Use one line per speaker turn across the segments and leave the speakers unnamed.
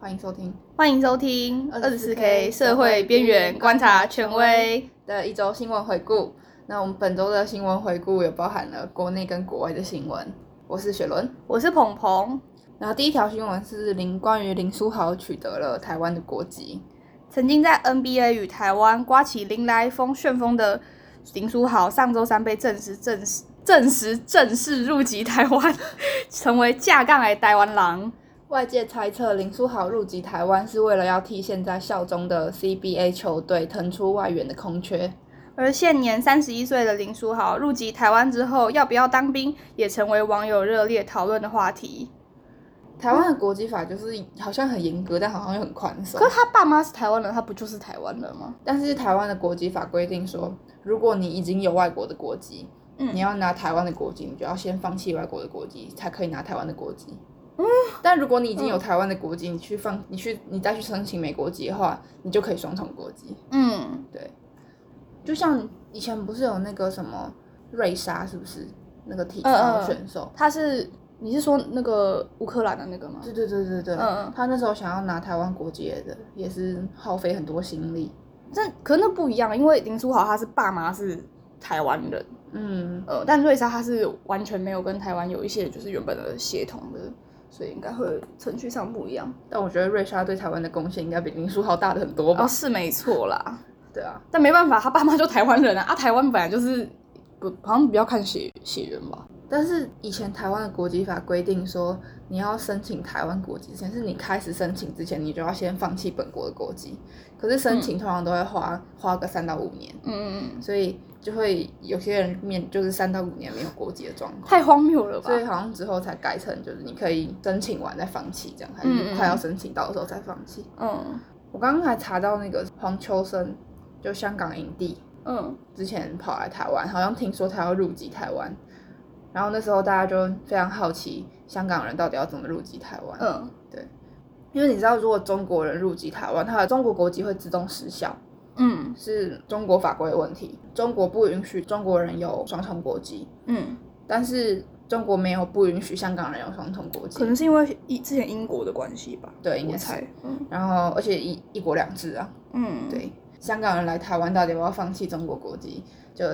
欢迎收听
欢迎收听二十四 K
24K
社会边缘观察权威。
的一周新闻回顾。那我们本周的新闻回顾也包含了国内跟国外的新闻。我是雪伦，
我是鹏鹏，
然后第一条新闻是林关于林书豪取得了台湾的国籍。
曾经在 NBA 与台湾刮起林来风旋风的林书豪，上周三被证实证实证实正式入籍台湾， 成为架杠癌台湾狼。
外界猜测林书豪入籍台湾是为了要替现在效忠的 CBA 球队腾出外援的空缺。
而现年三十一岁的林书豪入籍台湾之后，要不要当兵，也成为网友热烈讨论的话题。
台湾的国籍法就是好像很严格，但好像又很宽松
可。是他爸妈是台湾人，他不就是台湾人吗？
但是台湾的国籍法规定说，如果你已经有外国的国籍，
嗯
你要拿台湾的国籍，你就要先放弃外国的国籍，才可以拿台湾的国籍。
嗯
但如果你已经有台湾的国籍，你去放，你去，你再去申请美国籍的话，你就可以双重国籍。
嗯，
对，就像以前不是有那个什么瑞莎，是不是那个体操
嗯嗯
选手？
他是你是说那个乌克兰的那个吗？
对对对对对，
嗯嗯
他那时候想要拿台湾国籍的，也是耗费很多心力。
这可那不一样，因为林书豪他是爸妈是台湾人，
嗯，
呃，但瑞莎她是完全没有跟台湾有一些就是原本的协同的，所以应该会程序上不一样。
但我觉得瑞莎对台湾的贡献应该比林书豪大的很多吧？
哦，是没错啦，
对啊，
但没办法，他爸妈就台湾人啊，啊，台湾本来就是不好像比较看血血缘吧。
但是以前台湾的国籍法规定说，你要申请台湾国籍之前，是你开始申请之前，你就要先放弃本国的国籍。可是申请通常都会花、花个三到五年，
嗯，嗯嗯
所以就会有些人面就是三到五年没有国籍的状况。
太荒谬了吧
所？以好像之后才改成，就是你可以申请完再放弃，这样还
嗯
是
嗯
快要申请到的时候才放弃。
嗯
我刚刚还查到那个黄秋生，就香港影帝，
嗯，
之前跑来台湾，好像听说他要入籍台湾，然后那时候大家就非常好奇香港人到底要怎么入籍台湾，
嗯
因为你知道，如果中国人入籍台湾，他的中国国籍会自动失效，
嗯
是中国法规的问题，中国不允许中国人有双重国籍，
嗯，
但是中国没有不允许香港人有双重国籍
可，能是因为一之前英国的关系吧，
对，应
我
该是
猜，。嗯
然后而且一一国两制啊，
嗯，
对，香港人来台湾到底要不要放弃中国国籍，就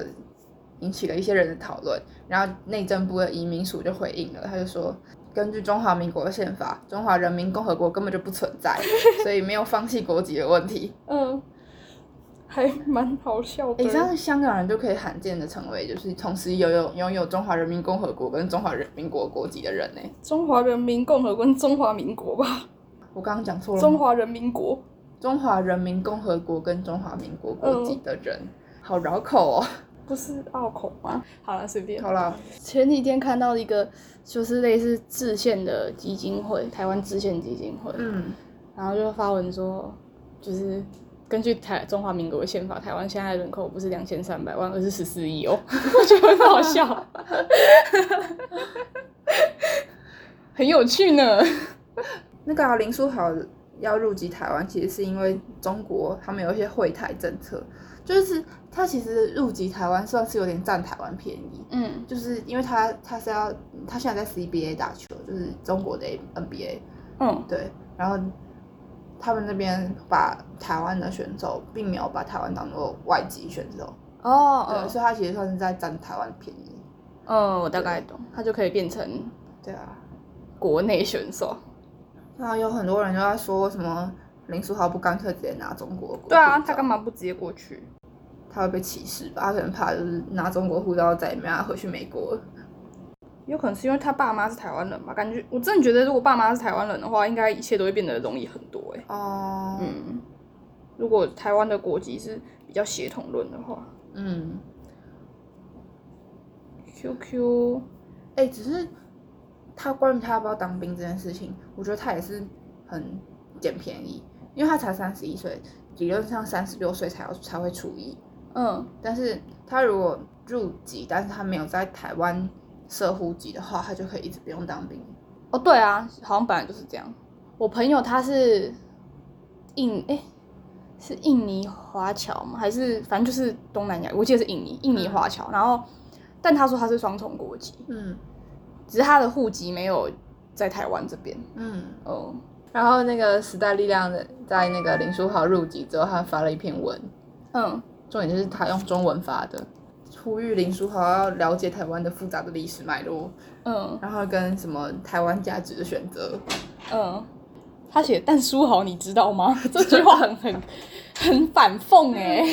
引起了一些人的讨论。然后内政部的移民署就回应了，他就说，根据中华民国的宪法，中华人民共和国根本就不存在， 所以没有放弃国籍的问题。
嗯，还蛮好笑的。
诶，这样香港人就可以罕见的成为就是同时拥有拥有中华人民共和国跟中华人民国国籍的人呢、
中华人民共和国、中华民国吧，
我刚刚讲错了吗，
中华人民国。
中华人民共和国跟中华民国国
嗯
籍的人，好绕口哦。
不是拗口吗？好了，随便。
好了，
前几天看到一个，就是类似制宪的基金会，台湾制宪基金会，
嗯。
然后就发文说，就是根据台中华民国的宪法，台湾现在人口不是两千三百万，而是十四亿 哦，我觉得很好 笑，很有趣呢。
那个、啊、林书豪要入籍台湾，其实是因为中国他们有一些惠台政策，就是他其实入籍台湾算是有点占台湾便宜，
嗯
就是因为他他是要他现在在 CBA 打球，就是中国的 NBA
嗯
对，然后他们那边把台湾的选手并没有把台湾当做外籍选手，
哦
对，所以他其实算是在占台湾便宜，
嗯，我大概懂，他就可以变成
对啊，
国内选手。
然后有很多人就在说什么林书豪不干脆直接拿中国的国
对啊，
护
他
照
干嘛不直接过去？
他会被歧视吧？他可能怕就是拿中国护照再也没办法回去美国了。
有可能是因为他爸妈是台湾人吧？感觉我真的觉得，如果爸妈是台湾人的话，应该一切都会变得容易很多哎、
哦、嗯
嗯，如果台湾的国籍是比较协同论的话
嗯，
，QQ
哎、只是他关于他要不要当兵这件事情，我觉得他也是很捡便宜，因为他才三十一岁，理论上三十六岁才要才会出役，
嗯
但是他如果入籍，但是他没有在台湾设户籍的话，他就可以一直不用当兵。
哦对啊，好像本来就是这样。我朋友他是印哎、是印尼华侨吗？还是反正就是东南亚？我记得是印尼印尼华侨。然后，但他说他是双重国籍，
嗯
只是他的户籍没有在台湾这边。
嗯，
哦、
然后那个时代力量的在那个林书豪入籍之后，他发了一篇文，
嗯，
重点就是他用中文发的，呼吁林书豪要了解台湾的复杂的历史脉络，
嗯
然后跟什么台湾价值的选择。
嗯，他写但书豪你知道吗？ 这句话很很很反讽哎、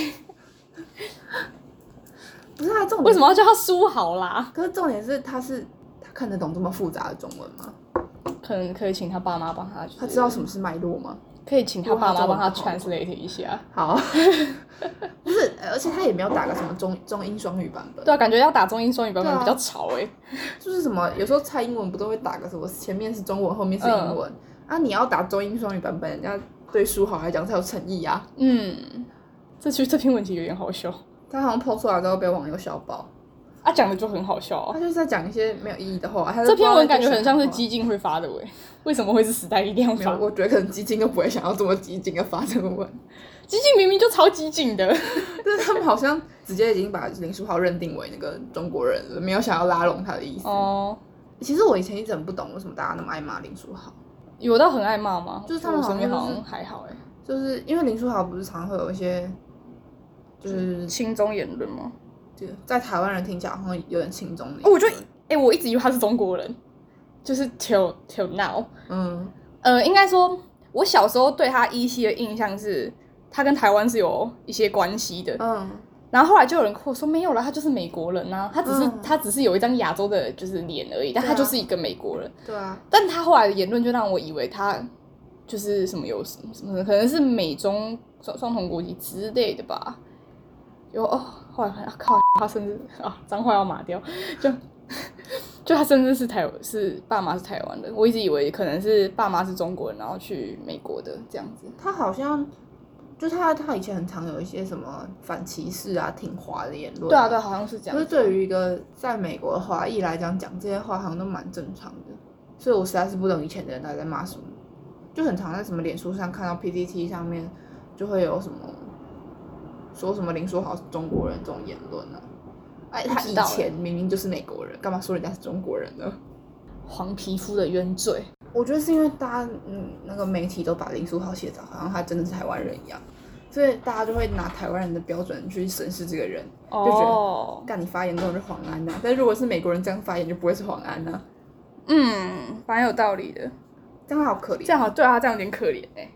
不是啊，重点
为什么要叫他书豪啦？
可是重点是他是他看得懂这么复杂的中文吗？
可能可以请他爸妈帮他，就是
他知道什么是脉络吗？
可以请他爸
如
妈帮他
果他中
translate 一下。
好，不是，而且他也没有打个什么中中英双语版本，
对啊，感觉要打中英双语版
对
本
啊
比较吵哎、
就是什么有时候猜英文不都会打个什么前面是中文后面是英文、
嗯
啊？你要打中英双语版本，人家对书豪来讲才有诚意啊。
嗯，这其实这篇文题有点好笑，
他好像抛出来之后被网友小爆，
啊，讲的就很好笑
他
啊。
就是在讲一些没有意义的话。他
这篇文感觉很像是
激，
激进会发的喂、为什么会是时代力量
没有
发？
我觉得可能激进都不会想要这么激进的发这个文，
激进明明就超激进 的，
但是他们好像直接已经把林书豪认定为那个中国人了，没有想要拉拢他的意思。
哦，
其实我以前一直很不懂为什么大家那么爱骂林书豪，
有到很爱骂吗？
就是他们
我身边
好像
好
就是
像还好哎、
就是因为林书豪不是常会有一些，就是
亲中言论吗？
这个在台湾人听起来好像有点轻中的意思。
哦，我就哎、我一直以为他是中国人，就是 till till now，
嗯，
呃，应该说，我小时候对他依稀的印象是，他跟台湾是有一些关系的。
嗯，
然后后来就有人跟我说，没有了，他就是美国人啊，他只是、
嗯
他只是有一张亚洲的，就是脸而已，但
对啊
他就是一个美国人。
对啊，
但他后来的言论就让我以为他就是什么有什么什么，可能是美中双双重国籍之类的吧。有哦，后来发现啊靠，他甚至啊脏话要码掉， 就就他甚至是台是爸妈是台湾人，我一直以为可能是爸妈是中国人，然后去美国的这样子。
他好像就他他以前很常有一些什么反歧视啊、挺华的言论。
对啊，对啊，。好像是这样
可
子。
是对于一个在美国的华裔来讲，讲这些话好像都蛮正常的，所以我实在是不懂以前的人到底在骂什么，就很常在什么脸书上看到 PPT 上面就会有什么说什么林书豪是中国人这种言论啊，哎，他
不
以
知道欸
前明明就是美国人，干嘛说人家是中国人呢？
黄皮肤的冤罪，
我觉得是因为大家嗯那个媒体都把林书豪写成好像他真的是台湾人一样，所以大家就会拿台湾人的标准去审视这个人，就觉得
哦，
干你发言根本是黄安呐、但如果是美国人这样发言就不会是黄安呐、
嗯，蛮有道理的。
这样好可怜。
这样好，对啊，这样有点可怜哎、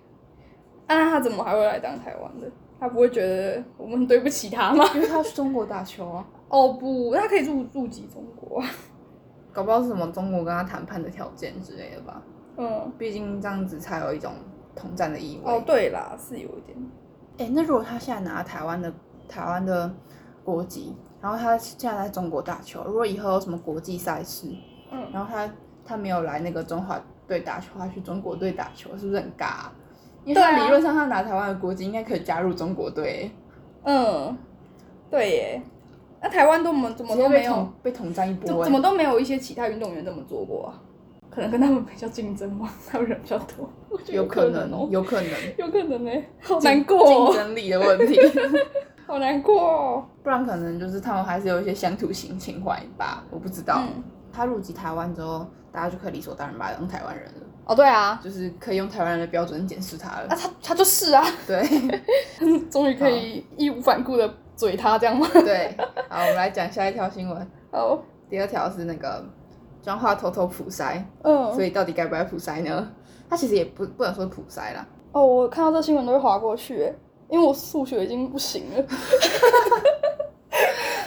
啊，那他怎么还会来当台湾的？他不会觉得我们很对不起他吗？
因为他去中国打球啊，
哦不，他可以入入籍中 国。啊
搞不好是什么中国跟他谈判的条件之类的吧，
嗯，
毕竟这样子才有一种统战的意味。
哦对啦，是有一点。
哎、那如果他现在拿台湾的台湾的国籍，然后他现在在中国打球，如果以后有什么国际赛事，
嗯，
然后他他没有来那个中华队打球，他去中国队打球，是不是很尬啊、因为
对
他
啊
理论上他拿台湾的国籍，应该可以加入中国队，
嗯，对耶。那台湾都没怎
直
么
接
都
被
没
统
有，
被统战一
怎
波、欸。
怎么都没有一些其他运动员这么做过啊？可能跟他们比较竞争嘛， 他们人比较多，我觉得
有可
可
能？
哦，
有可能，
有可能哎、 好难过、
竞
哦，
争力的问题，
好难过、哦。
不然可能就是他们还是有一些乡土情情怀吧，我不知道。
嗯
他入籍台湾之后，大家就可以理所当然把他当台湾人了，
哦，对啊，
就是可以用台湾人的标准检视他
啊
了。
他他就是啊。
对
终于可以义无反顾的嘴他这样 吗？
对，好，我们来讲下一条新闻。
哦，
第二条是那个彰化偷偷普筛，
嗯，
所以到底该不该普筛呢？他其实也不不能说普筛啦，
哦，我看到这新闻都会划过去欸，因为我数学已经不行了。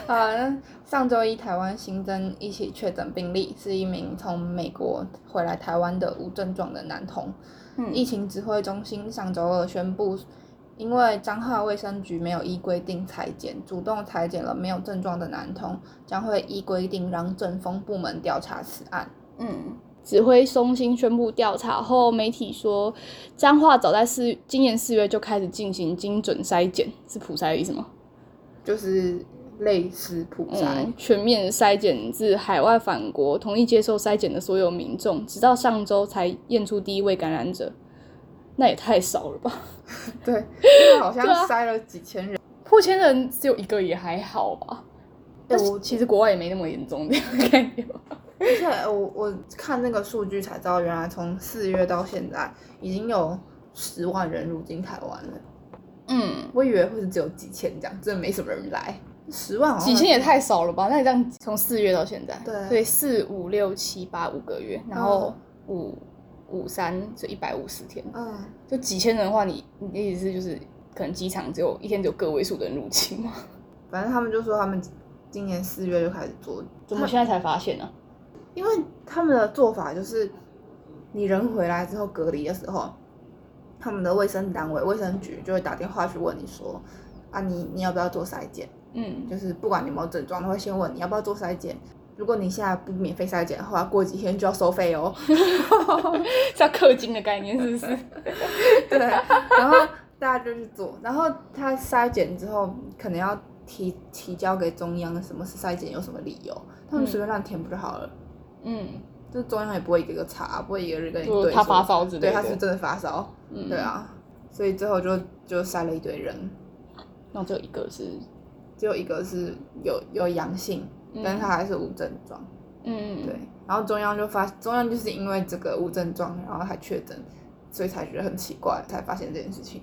呃，上周一台湾新增一起确诊病例，是一名从美国回来台湾的无症状的男童。
嗯
疫情指挥中心上周二宣布，因为彰化卫生局没有依规定裁剪，主动裁剪了没有症状的男童，将会依规定让政风部门调查此案。
嗯，指挥中心宣布调查后，媒体说彰化早在四今年四月就开始进行精准筛检，是普筛的意思吗？
就是类似普筛，
嗯，全面筛检至海外返国同意接受筛检的所有民众，直到上周才验出第一位感染者，那也太少了吧？
对，因为好像
对啊
筛了几千人。
破千人只有一个也还好吧，但
我
是其实国外也没那么严重的感觉吧。
而且我我看那个数据才知道，原来从四月到现在已经有十万人入境台湾了。
嗯，
我以为会是只有几千这样，真的没什么人来。十万好像
几千也太少了吧？那你这样从四月到现在，
对
所以四五六七八五个月，然后五五三就一百五十天，
嗯，
就几千人的话，你你的意思就是可能机场只有一天只有个位数的人入境吗？
反正他们就说他们今年四月就开始做，
怎么现在才发现呢、
因为他们的做法就是，你人回来之后隔离的时候，他们的卫生单位卫生局就会打电话去问你说，啊你你要不要做筛检？
嗯，
就是不管你有没有症状，他会先问你要不要做筛检。如果你现在不免费筛检的话，过几天就要收费哦。
是要氪金的概念是不是？
对，然后大家就去做，然后他筛检之后可能要提提交给中央，什么是筛检有什么理由，他们随便乱填不就好了？
嗯，
就是中央也不会一个一个查，不会一个人跟你
就
对
是他
说
发烧之类
对，
的，
他是真的发烧，
嗯
对，啊，所以最后就就筛了一堆人，
那只有一个是，
只有一个是有有阳性，
嗯
但是他还是无症状，
嗯，
对，然后中央就发，中央就是因为这个无症状，然后还确诊，所以才觉得很奇怪，才发现这件事情。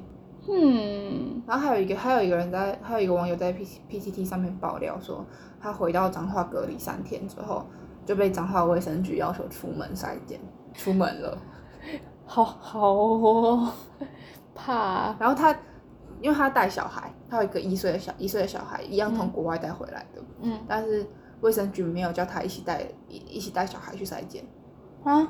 嗯，
然后还有一个，还有一个人在，还有一个网友在 P P T T 上面爆料说，他回到彰化隔离三天之后，就被彰化卫生局要求出门筛检，出门了。
好好、哦、 怕，啊
然后他，因为他带小孩，他有一个一岁的小一岁的小孩，一样从国外带回来的，
嗯
但是卫生局没有叫他一起带一一起带小孩去筛检，
啊，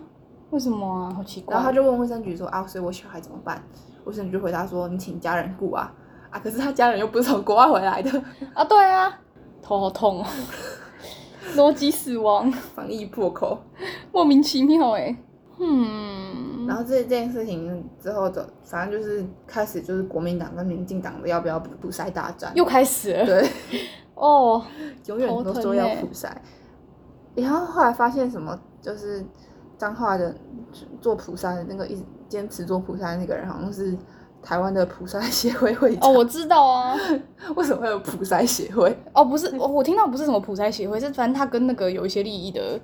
为什么啊？好奇怪，
然后他就问卫生局说啊，所以我小孩怎么办？卫生局回答说你请家人顾啊啊，可是他家人又不是从国外回来的，
啊，对啊，头好痛哦， 逻辑死亡，
防疫破口。
莫名其妙哎、嗯，
然后这这件事情之后的，反正就是开始就是国民党跟民进党的要不要普普筛大战，
又开始了，
对，
哦，
永远都说要普筛。然后后来发现什么，就是彰化的做普筛的那个一直坚持做普筛的那个人，好像是台湾的普筛协会会长。
哦，我知道啊，
为什么会有普筛协会？
哦，不是，我我听到不是什么普筛协会，是反正他跟那个有一些利益的，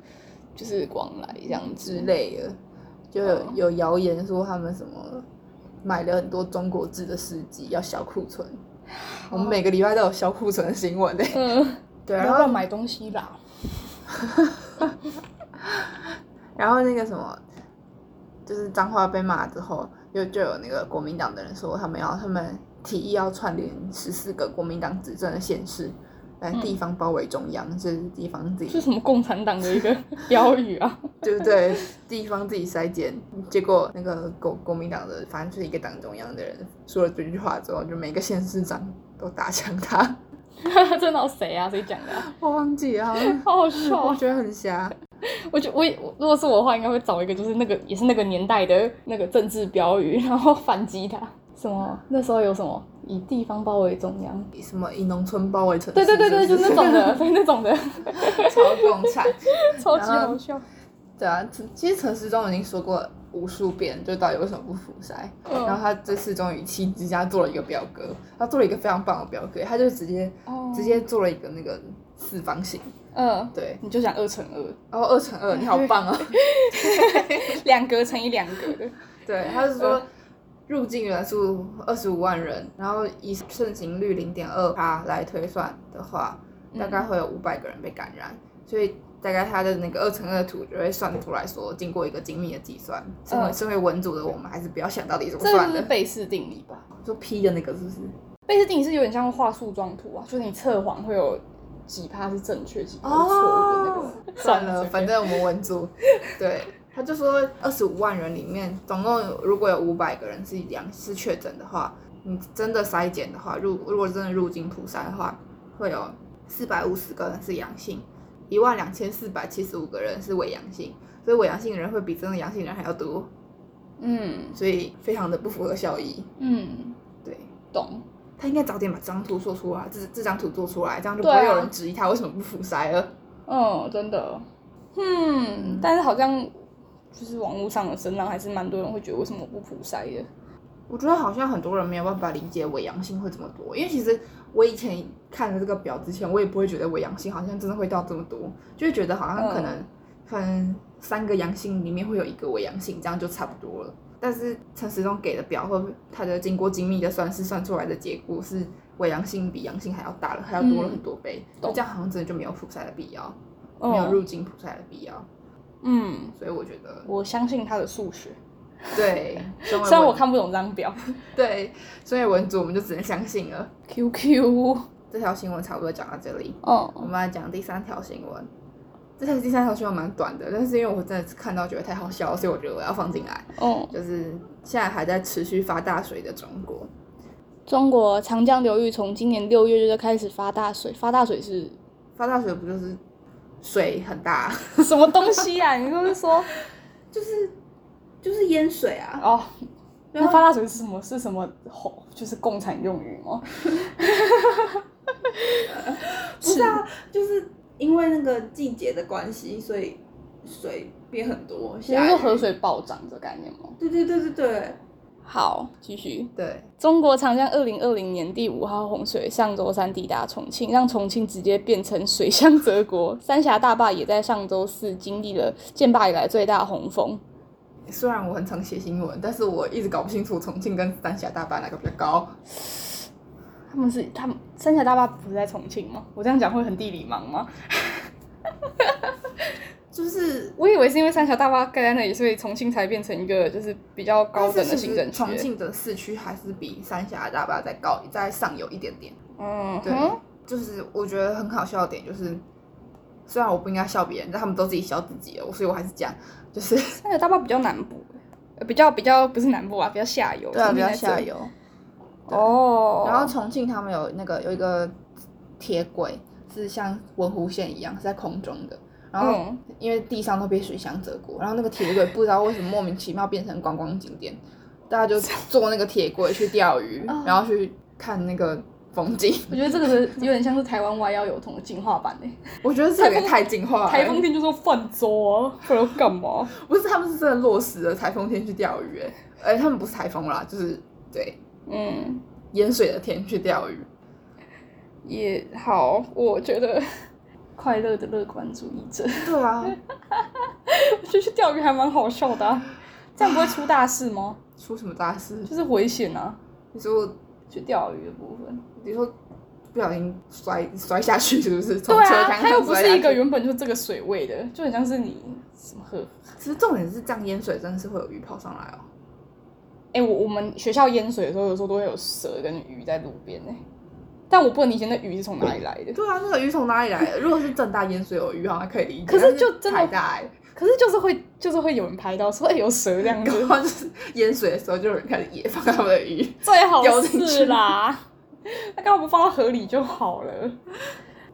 就是往来这样
之
子，
类的，就有
哦
有谣言说他们什么买了很多中国制的试剂要销库存，我们每个礼拜都有销库存的新 闻的、
哦嗯，
对，
不
然
要
后
乱买东西啦，
然后那个什么，就是脏话被骂之后，又就有那个国民党的人说他们要他们提议要串联十四个国民党执政的县市。来地方包围中央，这、是地方自
嗯是
己，
什么共产党的一个 标语啊？
对不对？地方自己筛检，结果那个国国民党的，反正就是一个党中央的人说了这句话之后，就每个县市长都打枪他，
这闹谁啊？谁讲的啊、
我忘记了，好像
好好笑
我
啊！
觉得很瞎。
我觉我也我如果是我的话，应该会找一个就是那个也是那个年代的那个政治标语， 然后反击他。什么？那时候有什么以地方包围中央？
什么以农村包围城市，
对对对对，
是
就
不是
那种的，对 那种的，
超共产。
超级好笑。
对啊，其其实陈时中已经说过无数遍，就到底为什么不服筛。
嗯
然后他这次终于七之家做了一个表格，他做了一个非常棒的表格，他就直接、
哦
直接做了一个那个四方形，
嗯，
对，
你就想二乘二，
然后二乘二，你好棒
哎
哦。
两格乘以两格的。
对，他是说
嗯
入境人数二十五万人，然后以盛行率零点二趴来推算的话，大概会有五百个人被感染，所以大概他的那个二乘二图就会算出来说，经过一个精密的计算，身为
嗯
身为文组的我们还是不要想到底怎么
这个
算
就是
的。
贝氏定理吧？
说 P 的那个是不是？
贝氏定理是有点像画树状图啊，就是你测谎会有几趴是正确，几趴是错误的那个。
哦算
算
了，
了
反正我们文组，对。他就说，二十五万人里面，总共如果有五百个人是阳是确诊的话，你真的筛检的话，入如果真的入境普筛的话，会有四百五十个人是阳性，一万两千四百七十五个人是伪阳性，所以伪阳性的人会比真的阳性的人还要多，
嗯
所以非常的不符合效益。
嗯，
对
懂。
他应该早点把这张图做出来，这这张图做出来，这样就不
对
会
啊
有人质疑他为什么不普筛了。
嗯，真的，嗯，但是好像就是网络上的声浪，还是蛮多人会觉得为什么我不普筛的？
我觉得好像很多人没有办法理解伪阳性会这么多，因为其实我以前看了这个表之前，我也不会觉得伪阳性好像真的会到这么多，就会觉得好像可能、可能三个阳性里面会有一个伪阳性，这样就差不多了。但是陈时中给的表或他的经过精密的算式算出来的结果是伪阳性比阳性还要大了，还要多了很多倍，
懂
就这样好像真的就没有普筛的必要，没有
嗯
入境普筛的必要。
嗯，
所以我觉得，
我相信他的数学，
对，身为
虽然我
文
看不懂这张 表。
对，身为文组我们就只能相信了。
QQ，
这条新闻差不多讲到这里，我
嗯，
们来讲第三条新闻。这条第三条新闻蛮短的，但是因为我真的是看到觉得太好笑了，所以我觉得我要放进来。
哦，
就是现在还在持续发大水的中国，
中国长江流域从今年六月就开始发大水，发大水 是
发大水不就是水很大，
什么东西 啊？你就是说，
就是 就是淹水啊？
哦，
然
那
后
发大水是什么？是什么？吼，就是共产用语吗？
不是啊，就是因为那个季节的关系，所以水变很多。
其实是河。水暴涨这概念吗？
对对对对对
好，继续。
对，
中国长江二零二零年第五号洪水上周三抵达重庆，让重庆直接变成水乡泽国。 三峡大坝也在上周四经历了建坝以来最大洪峰。
虽然我很常写新闻，但是我一直搞不清楚重庆跟三峡大坝哪个比较高。
他们是他们三峡大坝不是在重庆吗？我这样讲会很地理盲吗？
就是
我以为是因为三峡大坝盖在那里，所以重庆才变成一个就是比较高等的行政区。
重庆的市区还是比三峡大坝再高，再上游一点点。
嗯
对
哼，
就是我觉得很好笑的点就是，虽然我不应该笑别人，但他们都自己笑自己了，所以我还是讲，就是
三峡大坝比较南部，呃比较比较不是南部啊，比较下游。重庆在这里。
游。对
哦，
然后重庆他们有那个有一个铁轨是像文湖线一样是在空中的，然后
嗯
因为地上都被水箱遮过，然后那个铁轨不知道为什么莫名其妙变成观光景点，大家就坐那个铁轨去钓 鱼
啊，
然后去看那个风景。
我觉得这个是有点像是台湾 Y 幺油桶的进化版欸诶、
我觉得这个也太进化了，
台风天就说泛舟啊，不然要干嘛？
不是他们是真的落实了台风天去钓鱼、欸，哎，他们不是台风啦，就是对
嗯，
淹水的天去钓鱼。
也好，我觉得 快乐的乐观主义者，
对啊，
我觉得去钓鱼还蛮好笑的、啊，这样不会出大事吗？
出什么大事？
就是危险啊，
你说，
去钓鱼的部分。
比如说不小心摔摔下去，是不是？从
对
车
啊，
厢
它又
上
不
摔
是一
下
个
去。
原本就是这个水位的，就很像是你什么河。
其实重点是这样淹水真的是会有鱼跑上来哦。
哎、我我们学校淹水的时候，有时候都会有蛇跟鱼在路边哎、但我不能理解那鱼是从哪里来的。
对啊，那个鱼从哪里来的？如果是正大淹水有鱼，好像可以理解。
可是就真的
太大 哎、
可是就是会，就是会有人拍到说，哎、有蛇这样
然
子，
后就是淹水的时候，就有人开始野放他们的鱼。
最好
丢进去
是啦。那干嘛不放到河里就好了？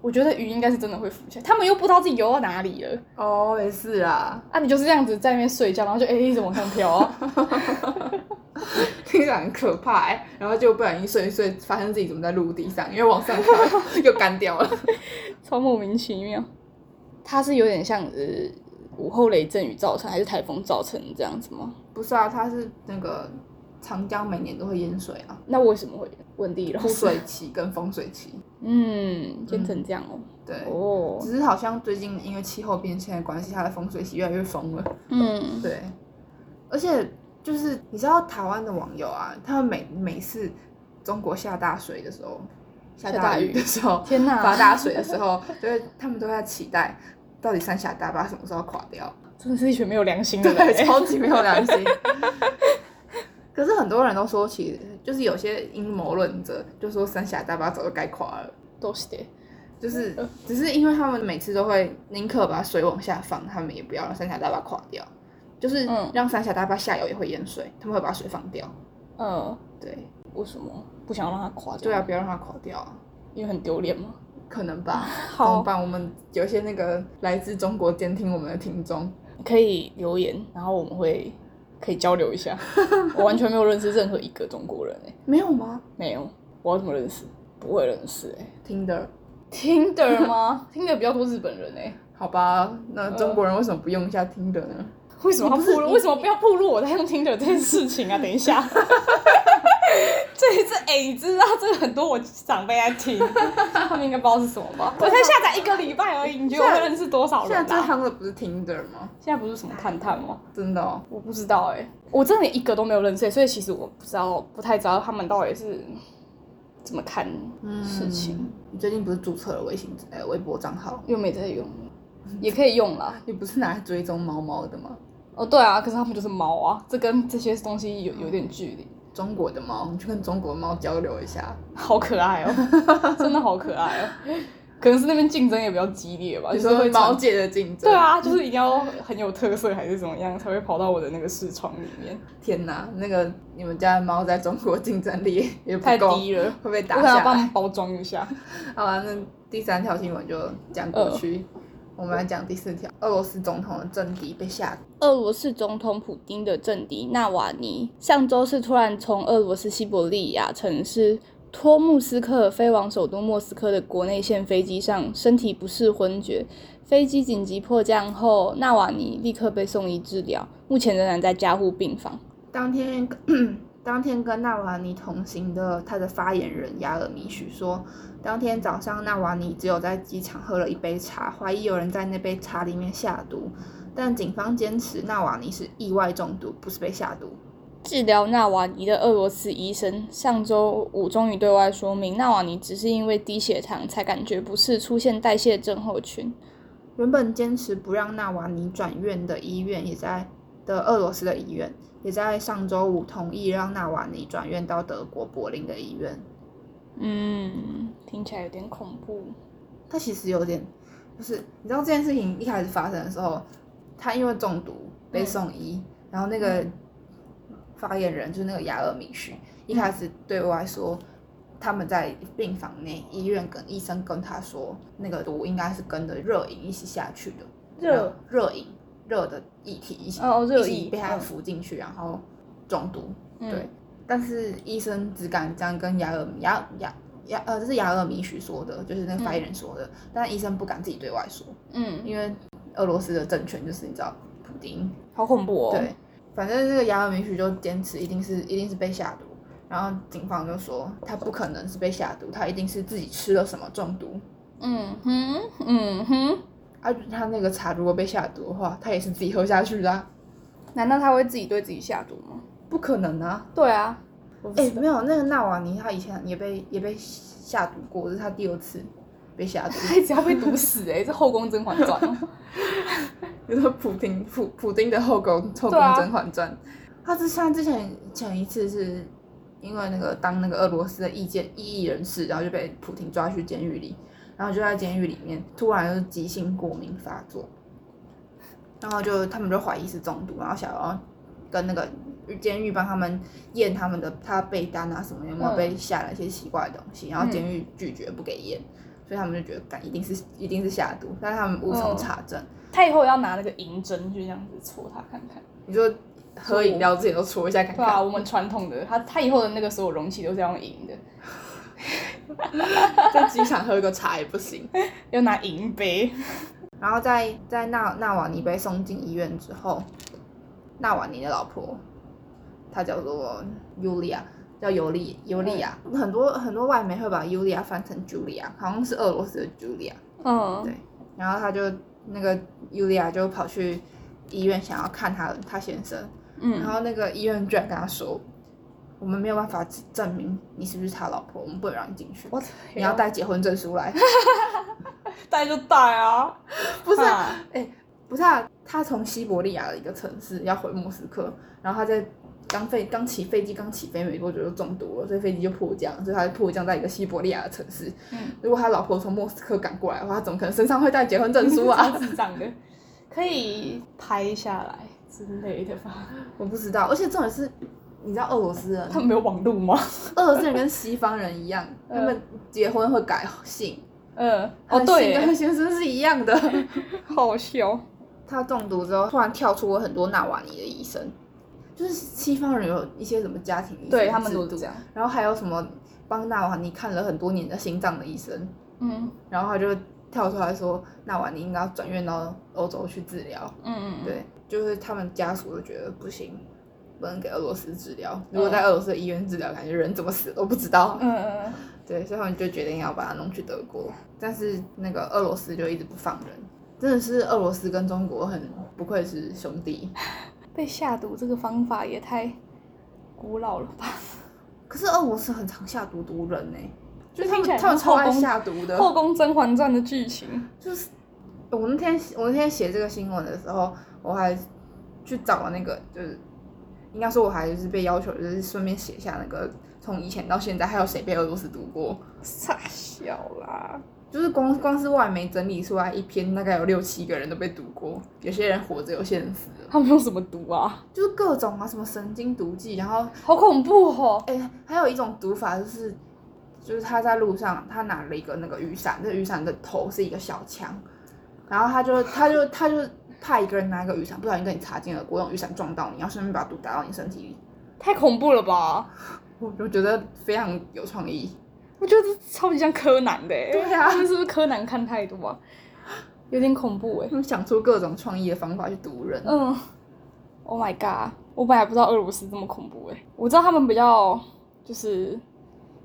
我觉得鱼应该是真的会浮起来，他们又不知道自己游到哪里了
哦，也是啦，
啊！你就是这样子在那边睡觉，然后就哎、一直往上飘、啊，
听起来很可怕哎、然后就不小心睡一睡，发现自己怎么在陆地上，因为往上飘 又干掉了。
超莫名其妙。它是有点像呃午后雷阵雨造成，还是台风造成这样子吗？
不是啊，它是那个长江每年都会淹水啊，
那为什么会问地了？
枯水期跟丰水期。
嗯，变成这样哦、
对，
哦，
只是好像最近因为气候变迁的关系，它的丰水期越来越丰了。
嗯，
对，而且就是你知道台湾的网友啊，他们每每次中国下大水的时候，下
下大
大
雨
雨的时候，
天啊哪，
发大水的时候，就是他们都在期待，到底三峡大坝什么时候垮掉？
真的是一群没有良心的人、
对，
欸。
超级没有良心。 可是很多人都说，其实就是有些阴谋论者就说三峡大坝早就该垮了，
都是的。
就是只是因为他们每次都会宁可把水往下放，他们也不要让三峡大坝垮掉，就是
嗯
让三峡大坝下游也会淹水，他们会把水放掉。
嗯，
对，
为什么不想让他垮掉？
对啊，，不要让它垮掉啊，
因为很丢脸嘛。
可能吧？ 怎么
好，
办？我们有一些那个来自中国监听我们的听众，
可以留言，然后我们会可以交流一 下。我完全没有认识任何一个中国人哎、
没有吗
没有，我要怎么认识？不会认识哎、
？Tinder。
Tinder 吗？Tinder 比较多日本人哎、
好吧，那中国人为什么不用一下 Tinder 呢？
为什么要
你不是
暴露？
你
为什么不要暴露我在用 Tinder 这件事情啊？等一下，这一次，哎、你知道这个很多我长辈在听，他们应该不知道是什么吧？ 我才下载一个礼拜而已，你觉得我会认识多少
现在
人
最
啊？
夯的不是 Tinder 吗？
现在不是什么探探吗？
真的哦，
我不知道哎、我真的一个都没有认识，所以其实我不知道，不太知道他们到底是怎么看事情，
嗯。你最近不是注册了微信呃微博账号？
又没在用，也可以用啦。
你不是拿来追踪猫猫的吗？
哦，对啊，可是他们就是猫啊，这跟这些东西有有点距离，
中国的猫，你去跟中国猫交流一下。
好可 爱哦，真的好可爱哦。可能是那边竞争也比较激烈吧，
你
就是
说
哦会
猫
吵。
界的竞争？
对，啊，就是一定要很有特色还是怎么样，才会跑到我的那个视窗里面，
天哪，那个你们家的猫在中国竞争力 也不
太
够，
低了。
会被
我
打
可能要
下
帮他
来。
们包装一下。
好啊，那第三条新闻就讲过去，
呃
我们来讲第四条，俄罗斯总统的政敌被下
俄罗斯总统普京的政敌纳瓦尼上周是突然从俄罗斯西伯利亚城市托木斯克飞往首都莫斯科的国内线飞机上，身体不适昏厥。飞机紧急迫降后，纳瓦尼立刻被送医治疗，目前仍然在加护病房。
当天，当天跟纳瓦尼同行的他的发言人雅尔米许说，当天早上纳瓦尼只有在机场喝了一杯茶，怀疑有人在那杯茶里面下毒，但警方坚持纳瓦尼是意外中毒，不是被下毒。
治疗纳瓦尼的俄罗斯医生上周五终于对外说明，纳瓦尼只是因为低血糖才感觉不适，出现代谢症候群。
原本坚持不让纳瓦尼转院的医院也在的俄罗斯的医院也在上周五同意让纳瓦尼转院到德国柏林的医院。
嗯，听起来有点恐怖。
他其实有点，就是你知道这件事情一开始发生的时候，他因为中毒被送医，然后那个发言人就是那个雅尔米什，一开始对外说他们在病房内，医院跟医生跟他说，那个毒应该是跟着热饮一起下去的，
热
热饮热的液体一起
哦热
一起
液
被他
嗯
服进去，然后中毒，
嗯
对，但是医生只敢这样跟雅尔雅雅雅呃，这是雅尔米许说的，就是那个发言人说的，但医生不敢自己对外说，
嗯，
因为俄罗斯的政权就是你知道普丁，
好恐怖哦。
对，反正这个雅尔米许就坚持一定是一定是被下毒，然后警方就说他不可能是被下毒，他一定是自己吃了什么中毒。
嗯哼，嗯哼，
啊，他那个茶如果被下毒的话，他也是自己喝下去的啊、
难道他会自己对自己下毒吗？
不可能啊！
对啊，
哎、没有，那个纳瓦尼他以前也被也被下毒过，这是他第二次被下毒。
他只要被毒死哎、 欸，这后宫《甄嬛传》 哦。
比如说普丁普普丁的后宫后宫
对啊
《甄嬛传》他之像之前前一次是因为那个当那个俄罗斯的意见异议人士，然后就被普廷抓去监狱里，然后就在监狱里面突然就是急性过敏发作，然后就他们就怀疑是中毒，然后想要跟那个监狱帮他们验他们的他被单啊什么有没有
嗯
被下了一些奇怪的东西，然后
嗯
监狱拒绝不给验。所以他们就觉得，干一定是一定是下毒，但是他们无从
嗯
查证。
他以后要拿那个银针去这样子戳他看看。
你说喝饮料自己都戳一下看
对啊，
看，
我们传统的他他以后的那个所有容器都是要用银的，
在机场喝个茶也不行。
要拿银杯。
然后在在纳纳瓦尼被送进医院之后，纳瓦尼的老婆，她叫做尤利亚，叫尤利尤利亚。很多很多外媒会把尤利亚翻成茱莉亚，好像是俄罗斯的茱莉亚。
嗯
对然后她就那个尤利亚就跑去医院想要看她她先生，
嗯
然后那个医院居然跟她说。我们没有办法证明你是不是他老婆，我们不能让你进去。
我
你要带结婚证书来，
带啊就带 啊，
不是啊、
啊
不是啊，他从西伯利亚的一个城市要回莫斯科，然后他在刚飞刚起飞机刚起飞没多久就中毒了，所以飞机就迫降，所以他就迫降在一个西伯利亚的城市。
嗯，
如果他老婆从莫斯科赶过来的话，他怎么可能身上会带结婚证书啊？
超智障的，可以拍下来之类的 吧？
我不知道，而且重点是，你知道俄罗斯 人，
他们没有网路吗？
俄罗斯人跟西方人一样，他
嗯
们结婚会改姓，
嗯，
他
哦
的
对
姓
耶，
跟先生是一样的。
好笑。
他中毒之后，突然跳出了很多纳瓦尼的医生，就是西方人有一些什么家庭医生
对他们
制
都
度
是这样。
然后还有什么帮纳瓦尼看了很多年的心脏的医生，
嗯
然后他就跳出来说纳瓦尼应该要转院到欧洲去治疗。
嗯嗯，
对，就是他们家属就觉得不行，不能给俄罗斯治疗。如果在俄罗斯的医院治疗，感觉人怎么死都不知道。
嗯嗯嗯，
对，所以他们就决定要把它弄去德国，但是那个俄罗斯就一直不放人，真的是俄罗斯跟中国很不愧是兄弟。
被下毒这个方法也太古老了吧？
可是俄罗斯很常下毒毒人呢、欸就他
听起
们
来
他们
是
超
后
爱
宫
下毒的，
后宫《甄嬛传》的剧情，
就是我那天我那天写这个新闻的时候，我还去找了那个，就是应该说我还是被要求，就是顺便写下那个从以前到现在还有谁被俄罗斯读过，
傻小啦！
就是光光是外媒整理出来一篇，大概有六七个人都被读过，有些人活着，有些人死了，
他们用什么毒啊？
就是各种啊什么神经毒剂，然后
好恐怖哦！
哎、还有一种读法就是。就是他在路上，他拿了一个那个雨伞，这雨伞的头是一个小枪，然后他就他就他就派一个人拿一个雨伞，不小心跟你擦肩而过，用雨伞撞到你，然后顺便把毒打到你身体里。
太恐怖了吧？
我我觉得非常有创意，
我觉得这超级像柯南的、欸。
对啊
他们是不是柯南看太多啊？有点恐怖哎、
他们想出各种创意的方法去毒人。
嗯，Oh my god！我本来不知道俄罗斯这么恐怖哎、我知道他们比较就是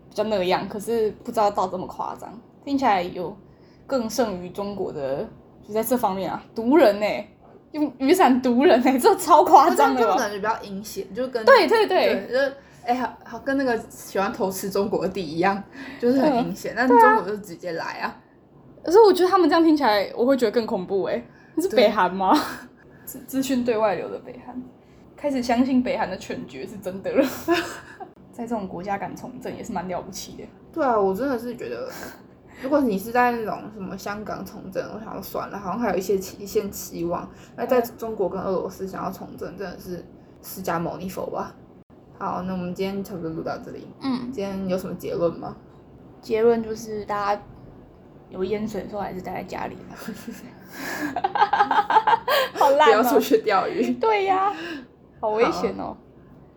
比较那样，可是不知道到这么夸张，听起来有更胜于中国的，就在这方面啊，毒人哎、用雨伞毒人哎、这超夸
他这
张
样
的
就
吧？
感觉比较阴险，就跟
对对对，
对，就是哎呀，好跟那个喜欢偷吃中国的地一样，就是很
嗯
阴险。但中国就直接来啊，
可是我觉得他们这样听起来，我会觉得更恐怖哎、你是
对
北韩吗？ 资资讯对外流的北韩，开始相信北韩的犬绝是真的了。 在这种国家敢从政也是蛮了不起的。
对啊，我真的是觉得，如果你是在那种什么香港从政，我想要算了，好像还有一些期一线期望。那在中国跟俄罗斯想要从政，真的是释迦牟尼佛吧。好，那我们今天差不多录到这里。
嗯，
今天有什么结论吗？
结论就是大家有淹水的时候还是待在家里吧。 好
不
烂
要
哦、
出去钓 鱼。
对呀、好危险哦、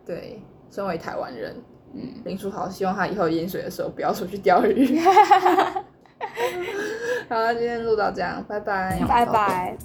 对，身为台湾人，
嗯，
林书豪希望他以后淹水的时候不要出去钓 鱼。好，那今天录到这样，拜拜，
拜。拜。